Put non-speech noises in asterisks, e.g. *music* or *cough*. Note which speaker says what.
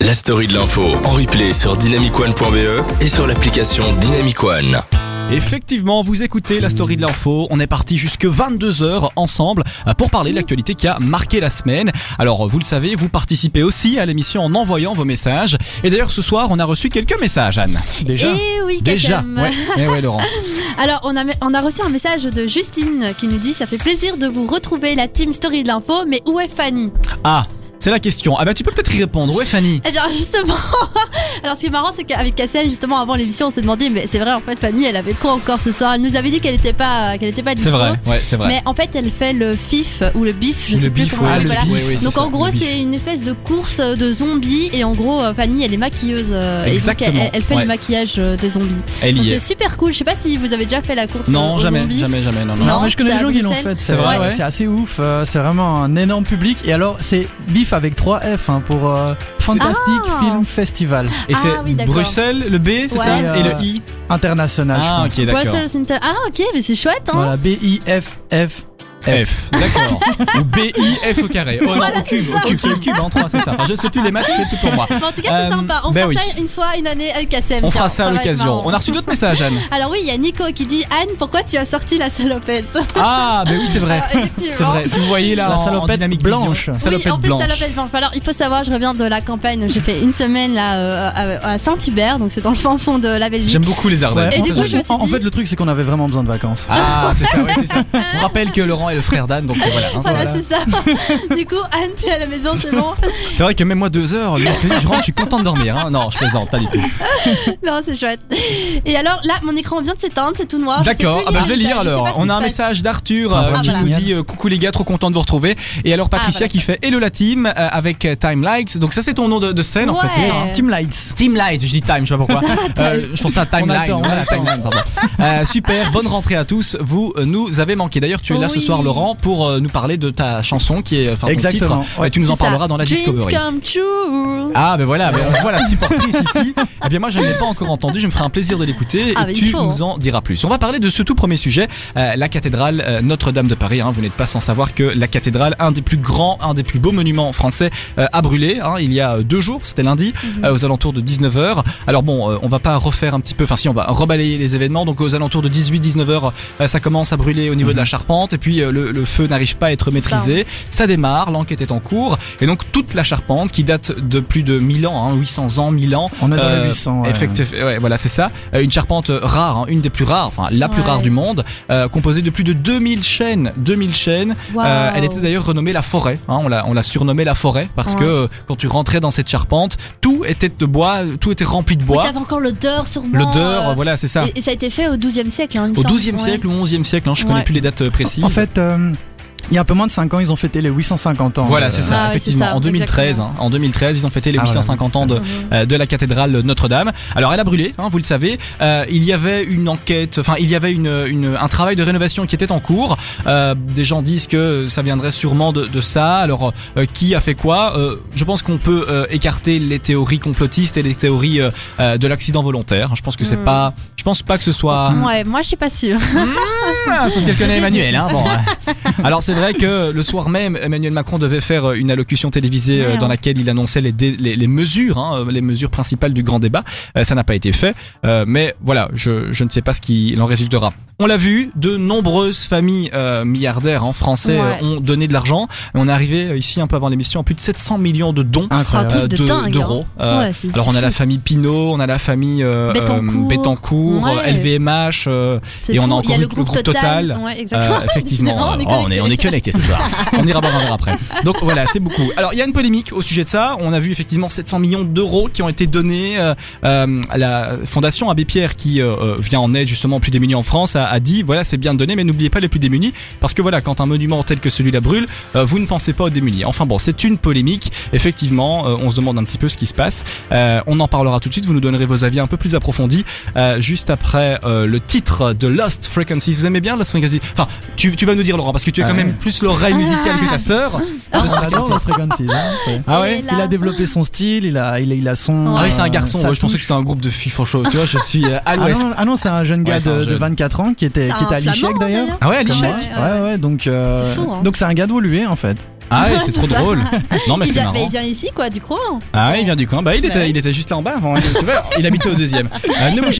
Speaker 1: la story de l'info en replay sur dynamicone.be E et sur l'application Dynamicone.
Speaker 2: Effectivement, vous écoutez la story de l'info. On est parti jusque 22h ensemble euh, pour parler de l'actualité qui a marqué la semaine. Alors, vous le savez, vous participez aussi à l'émission en envoyant vos messages. Et d'ailleurs, ce soir, on a reçu quelques messages, Anne.
Speaker 3: Déjà Eh oui,
Speaker 2: Déjà
Speaker 3: KTM.
Speaker 2: ouais. Eh ouais, Laurent.
Speaker 3: Alors, on a, on a reçu un message de Justine qui nous dit Ça fait plaisir de vous retrouver, la team Story de l'info, mais où est Fanny
Speaker 2: Ah, c'est la question. Ah bah, tu peux peut-être y répondre. Ouais, Fanny
Speaker 3: Eh bien, *laughs* justement Alors, ce qui est marrant, c'est qu'avec Cassel, justement, avant l'émission, on s'est demandé Mais c'est vrai, en fait, Fanny, elle avait quoi encore ce soir Elle nous avait dit qu'elle n'était pas, euh, qu'elle était pas
Speaker 2: C'est
Speaker 3: dispo.
Speaker 2: vrai, ouais, c'est vrai.
Speaker 3: Mais en fait, elle fait le fif ou le bif, je
Speaker 2: Le
Speaker 3: sais plus
Speaker 2: bif,
Speaker 3: comment
Speaker 2: ouais, Ah,
Speaker 3: on dit,
Speaker 2: le
Speaker 3: voilà.
Speaker 2: bif, ouais, ouais, c'est
Speaker 3: Donc
Speaker 2: ça,
Speaker 3: en gros,
Speaker 2: le bif.
Speaker 3: c'est une espèce de course de zombies et en gros, euh, Fanny, elle est maquilleuse euh, et donc elle,
Speaker 2: Exactement,
Speaker 3: elle fait
Speaker 2: ouais.
Speaker 3: le maquillage euh, de zombies.
Speaker 2: Elle
Speaker 3: Donc,
Speaker 2: y
Speaker 3: C'est
Speaker 2: est.
Speaker 3: super cool. Je sais pas si vous avez déjà fait la course euh,
Speaker 2: Non,
Speaker 3: aux
Speaker 2: jamais,
Speaker 3: zombies.
Speaker 2: jamais, jamais, non, non.
Speaker 3: Non.
Speaker 4: mais je connais
Speaker 3: c'est
Speaker 4: des
Speaker 3: à
Speaker 4: gens qui l'ont
Speaker 3: Bruxelles.
Speaker 4: fait.
Speaker 2: C'est vrai, ouais.
Speaker 4: C'est assez ouf. euh, c'est vraiment un énorme public. Et alors, c'est BIF avec 3 F hein, pour euh, Fantastic
Speaker 3: Ah.
Speaker 4: Film Festival
Speaker 2: Et
Speaker 3: Ah,
Speaker 2: c'est
Speaker 3: oui, d'accord.
Speaker 2: Bruxelles, le B, c'est ça
Speaker 3: Ouais.
Speaker 2: Et le I
Speaker 4: international. je
Speaker 2: Ah,
Speaker 4: pense.
Speaker 2: ok, d'accord.
Speaker 3: Brussels Inter- Ah ok, mais c'est chouette. Hein
Speaker 4: Voilà, B I F F. F.
Speaker 2: F, d'accord. Ou B, I, F au carré. Oh non, au cube, au cube, c'est le cube en 3, c'est ça. Enfin, je sais plus les maths, c'est plus pour moi.
Speaker 3: Enfin, en tout cas, c'est
Speaker 2: Euh,
Speaker 3: sympa. On
Speaker 2: ben
Speaker 3: fera
Speaker 2: oui.
Speaker 3: ça une fois, une année avec Kassem.
Speaker 2: On
Speaker 3: Tiens,
Speaker 2: fera ça à
Speaker 3: va être
Speaker 2: l'occasion.
Speaker 3: marrant.
Speaker 2: On a reçu d'autres messages, Anne.
Speaker 3: Alors oui, il y a Nico qui dit Anne, pourquoi tu as sorti la salopette *laughs*
Speaker 2: Ah, bah oui, c'est vrai.
Speaker 3: Alors, effectivement.
Speaker 2: C'est vrai. Si vous voyez là,
Speaker 4: La
Speaker 2: en- en
Speaker 4: salopette
Speaker 2: dynamique
Speaker 4: blanche.
Speaker 2: vision,
Speaker 3: oui, en
Speaker 2: salopette
Speaker 3: plus,
Speaker 2: blanche.
Speaker 3: salopette blanche. Alors, il faut savoir, je reviens de la campagne. J'ai fait une semaine là euh, à- à Saint-Hubert, donc c'est dans le fin fond de la Belgique.
Speaker 2: J'aime beaucoup les Ardennes.
Speaker 3: Et du coup,
Speaker 4: en-
Speaker 3: je me suis
Speaker 4: en, en
Speaker 3: dit-
Speaker 4: fait, le truc, c'est qu'on avait vraiment besoin de vacances.
Speaker 2: Ah, c'est ça, oui, c'est
Speaker 3: *laughs*
Speaker 2: ça. On rappelle que Laurent est le frère d'Anne, donc voilà. hein,
Speaker 3: Voilà,
Speaker 2: voilà.
Speaker 3: c'est ça. *laughs* du coup, Anne, puis à la maison, c'est
Speaker 2: *laughs*
Speaker 3: bon.
Speaker 2: C'est vrai que même moi, deux heures, le mercredi, je rentre, je suis content de dormir. hein. Non, je plaisante, pas du tout.
Speaker 3: non, c'est chouette. Et alors, là, mon écran vient de s'éteindre, c'est tout noir. sais
Speaker 2: D'accord,
Speaker 3: plus
Speaker 2: ah bah je vais
Speaker 3: ça,
Speaker 2: lire
Speaker 3: sais pas
Speaker 2: alors.
Speaker 3: ce
Speaker 2: On a un
Speaker 3: qui se passe.
Speaker 2: message d'Arthur
Speaker 4: Ah,
Speaker 2: euh,
Speaker 3: voilà.
Speaker 2: qui nous
Speaker 4: Génial.
Speaker 2: dit euh, Coucou les gars, trop content de vous retrouver. Et alors Patricia
Speaker 3: Ah, voilà.
Speaker 2: qui fait Hello la team euh, avec euh, Time Likes. Donc ça c'est ton nom de, de scène en fait. c'est
Speaker 3: Ouais.
Speaker 2: ça hein
Speaker 4: Yes, Team Lights.
Speaker 2: Team Lights, je dis Time, je sais
Speaker 3: *laughs*
Speaker 2: pas pourquoi. Euh, je pensais à Timeline.
Speaker 4: On attend, on
Speaker 2: voilà,
Speaker 4: attend.
Speaker 2: Timeline, pardon. Euh, super, bonne rentrée à tous. Vous euh, nous avez manqué. D'ailleurs, tu es là ce
Speaker 3: Oui.
Speaker 2: soir, Laurent, pour euh, nous parler de ta chanson qui est. euh, Enfin, ton
Speaker 4: Exactement,
Speaker 2: titre.
Speaker 4: ouais.
Speaker 2: Et tu nous en
Speaker 3: C'est ça.
Speaker 2: parleras dans la
Speaker 3: Dreams
Speaker 2: Discovery.
Speaker 3: come true.
Speaker 2: Ah ben voilà, ben voilà supportrice ici. Eh bien moi je ne l'ai pas encore entendu, je me ferai un plaisir de l'écouter
Speaker 3: Ah,
Speaker 2: et
Speaker 3: mais il
Speaker 2: tu
Speaker 3: faut,
Speaker 2: nous en diras plus. On va parler de ce tout premier sujet, euh, la cathédrale euh, Notre-Dame de Paris. hein. Vous n'êtes pas sans savoir que la cathédrale, un des plus grands, un des plus beaux monuments français, euh, a brûlé hein, il y a deux jours, c'était lundi, euh, aux alentours de 19h. Alors bon, euh, on va pas refaire un petit peu, enfin si on va rebalayer les événements, donc aux alentours de 18-19h, euh, ça commence à brûler au niveau de la charpente et puis euh, le, le feu n'arrive pas à être
Speaker 3: Mhm. C'est ça. hein.
Speaker 2: maîtrisé. Ça démarre, l'enquête est en cours, et donc toute la charpente qui date de plus de 1000 ans, hein, 800 ans, 1000 ans.
Speaker 4: On est dans
Speaker 2: euh,
Speaker 4: les 800. ouais.
Speaker 2: effectif- ouais, voilà, c'est ça. Euh, Une charpente rare, hein, une des plus rares, enfin la plus
Speaker 3: Ouais.
Speaker 2: rare du monde, euh, composée de plus de 2000 chaînes. 2000 chaînes.
Speaker 3: Waouh.
Speaker 2: Euh, elle était d'ailleurs renommée la forêt. hein, on l'a on l'a surnommée la forêt parce
Speaker 3: Ouais.
Speaker 2: que euh, quand tu rentrais dans cette charpente, tout était de bois, tout était rempli de
Speaker 3: Oui,
Speaker 2: bois.
Speaker 3: T'avais encore l'odeur sûrement.
Speaker 2: L'odeur,
Speaker 3: euh,
Speaker 2: voilà, c'est ça.
Speaker 3: Et, et ça a été fait au 12e siècle. Hein, il me
Speaker 2: Au
Speaker 3: semble.
Speaker 2: 12e siècle ou 11e siècle, hein, je connais
Speaker 3: Ouais.
Speaker 2: plus les dates euh, précises.
Speaker 4: En fait, euh, il y a un peu moins de 5 ans, ils ont fêté les 850 ans.
Speaker 2: Voilà,
Speaker 4: Euh,
Speaker 2: c'est ça,
Speaker 3: Ah ouais,
Speaker 2: effectivement.
Speaker 3: c'est ça,
Speaker 2: en 2013, hein, en 2013, ils ont fêté les
Speaker 4: Ah, voilà.
Speaker 2: 850 ans de,
Speaker 3: Ouais. Mhm.
Speaker 2: euh, de la cathédrale Notre-Dame. Alors, elle a brûlé, hein, vous le savez. Euh, il y avait une enquête, enfin, il y avait une, une- un travail de rénovation qui était en cours. Euh, des gens disent que ça viendrait sûrement de, de ça. Alors, euh, qui a fait quoi Euh, Je pense qu'on peut euh, écarter les théories complotistes et les théories euh, euh, de l'accident volontaire. Je pense que c'est
Speaker 3: Hmm.
Speaker 2: pas, je pense pas que ce soit.
Speaker 3: Mmh. Ouais, moi je suis pas sûre.
Speaker 2: Ah, c'est parce qu'elle connaît Emmanuel. Hein, bon, ouais. *laughs* Alors c'est vrai que le soir même, Emmanuel Macron devait faire euh, une allocution télévisée euh,
Speaker 3: Ouais,
Speaker 2: dans
Speaker 3: hein.
Speaker 2: laquelle il annonçait les, dé- les, les mesures, hein, les mesures principales du grand débat. Euh, ça n'a pas été fait, Euh, mais voilà, je, je ne sais pas ce qu'il en résultera. On l'a vu, de nombreuses familles euh, milliardaires en français
Speaker 3: Ouais.
Speaker 2: euh, ont donné de l'argent. On est arrivé euh, ici un peu avant l'émission à plus de 700 millions de dons.
Speaker 4: Incroyable.
Speaker 3: C'est un truc de
Speaker 2: de-
Speaker 3: dingue, hein.
Speaker 2: d'euros. Euh,
Speaker 3: Ouais, c'est-
Speaker 2: Alors
Speaker 3: c'est
Speaker 2: on a la
Speaker 3: fou.
Speaker 2: famille Pinault, on a la famille euh,
Speaker 3: Bettencourt.
Speaker 2: euh, Bettencourt,
Speaker 3: Ouais.
Speaker 2: LVMH, euh,
Speaker 3: C'est
Speaker 2: et on a
Speaker 3: fou.
Speaker 2: encore
Speaker 3: Il y a
Speaker 2: le
Speaker 3: le groupe
Speaker 2: groupe
Speaker 3: total.
Speaker 2: Total.
Speaker 3: Ouais, exactement.
Speaker 2: Euh, effectivement,
Speaker 3: Décidément,
Speaker 2: euh, oh, on, est, on est
Speaker 3: connectés.
Speaker 2: connecté ce
Speaker 3: *laughs*
Speaker 2: soir. on ira boire un verre après. Donc voilà, c'est beaucoup. Alors il y a une polémique au sujet de ça. On a vu effectivement 700 millions d'euros qui ont été donnés euh, euh, à la fondation Abbé Pierre qui euh, euh, vient en aide justement aux plus démunis en France a, a dit voilà c'est bien de donner mais n'oubliez pas les plus démunis parce que voilà quand un monument tel que celui-là brûle euh, vous ne pensez pas aux démunis. Enfin bon c'est une polémique. Effectivement euh, on se demande un petit peu ce qui se passe. Euh, on en parlera tout de suite. Vous nous donnerez vos avis un peu plus approfondis euh, juste après euh, le titre de Lost Frequencies. Vous aimez bien Lost Frequencies Enfin, tu, tu vas nous dire Laurent parce que tu as
Speaker 4: Ah
Speaker 2: quand
Speaker 4: ouais.
Speaker 2: même plus l'oreille musicale
Speaker 3: Ah.
Speaker 2: que ta sœur.
Speaker 4: On adore Lost Frequencies, hein. Ouais.
Speaker 2: Ah
Speaker 3: ouais Et là-
Speaker 4: Il a développé son style, il a, il a, il a son.
Speaker 2: Ah oui, c'est
Speaker 4: euh,
Speaker 2: un garçon.
Speaker 4: sa
Speaker 2: Ouais, je pensais
Speaker 4: touche.
Speaker 2: que c'était un groupe de filles faux chauves. Tu vois, je suis euh, à
Speaker 4: Ah
Speaker 2: l'ouest.
Speaker 4: non, ah non, c'est un jeune gars
Speaker 2: Ouais, c'est un
Speaker 4: de, de
Speaker 2: jeune.
Speaker 4: 24 ans qui était,
Speaker 3: C'est
Speaker 4: qui était
Speaker 3: un
Speaker 4: à
Speaker 3: Flamand,
Speaker 4: l'échec d'ailleurs.
Speaker 3: d'ailleurs.
Speaker 2: Ah ouais, Ali
Speaker 3: Comme
Speaker 2: Sheik
Speaker 3: moi.
Speaker 4: Ouais, ouais, donc. euh,
Speaker 3: C'est fou, hein.
Speaker 4: Donc c'est un gars de Woluwe en fait.
Speaker 2: Ah ouais,
Speaker 3: Ouais,
Speaker 2: c'est
Speaker 3: *laughs* c'est
Speaker 2: trop
Speaker 3: ça.
Speaker 2: drôle. Non, mais
Speaker 3: il,
Speaker 2: c'est
Speaker 3: vient,
Speaker 2: marrant.
Speaker 3: mais il vient ici, quoi, du coin.
Speaker 2: Ah, il vient du coin. Bah, il
Speaker 3: Bah
Speaker 2: était,
Speaker 3: oui.
Speaker 2: hein,
Speaker 3: *laughs*
Speaker 2: il était juste là en bas avant. Il habitait au deuxième. Euh, ne bougez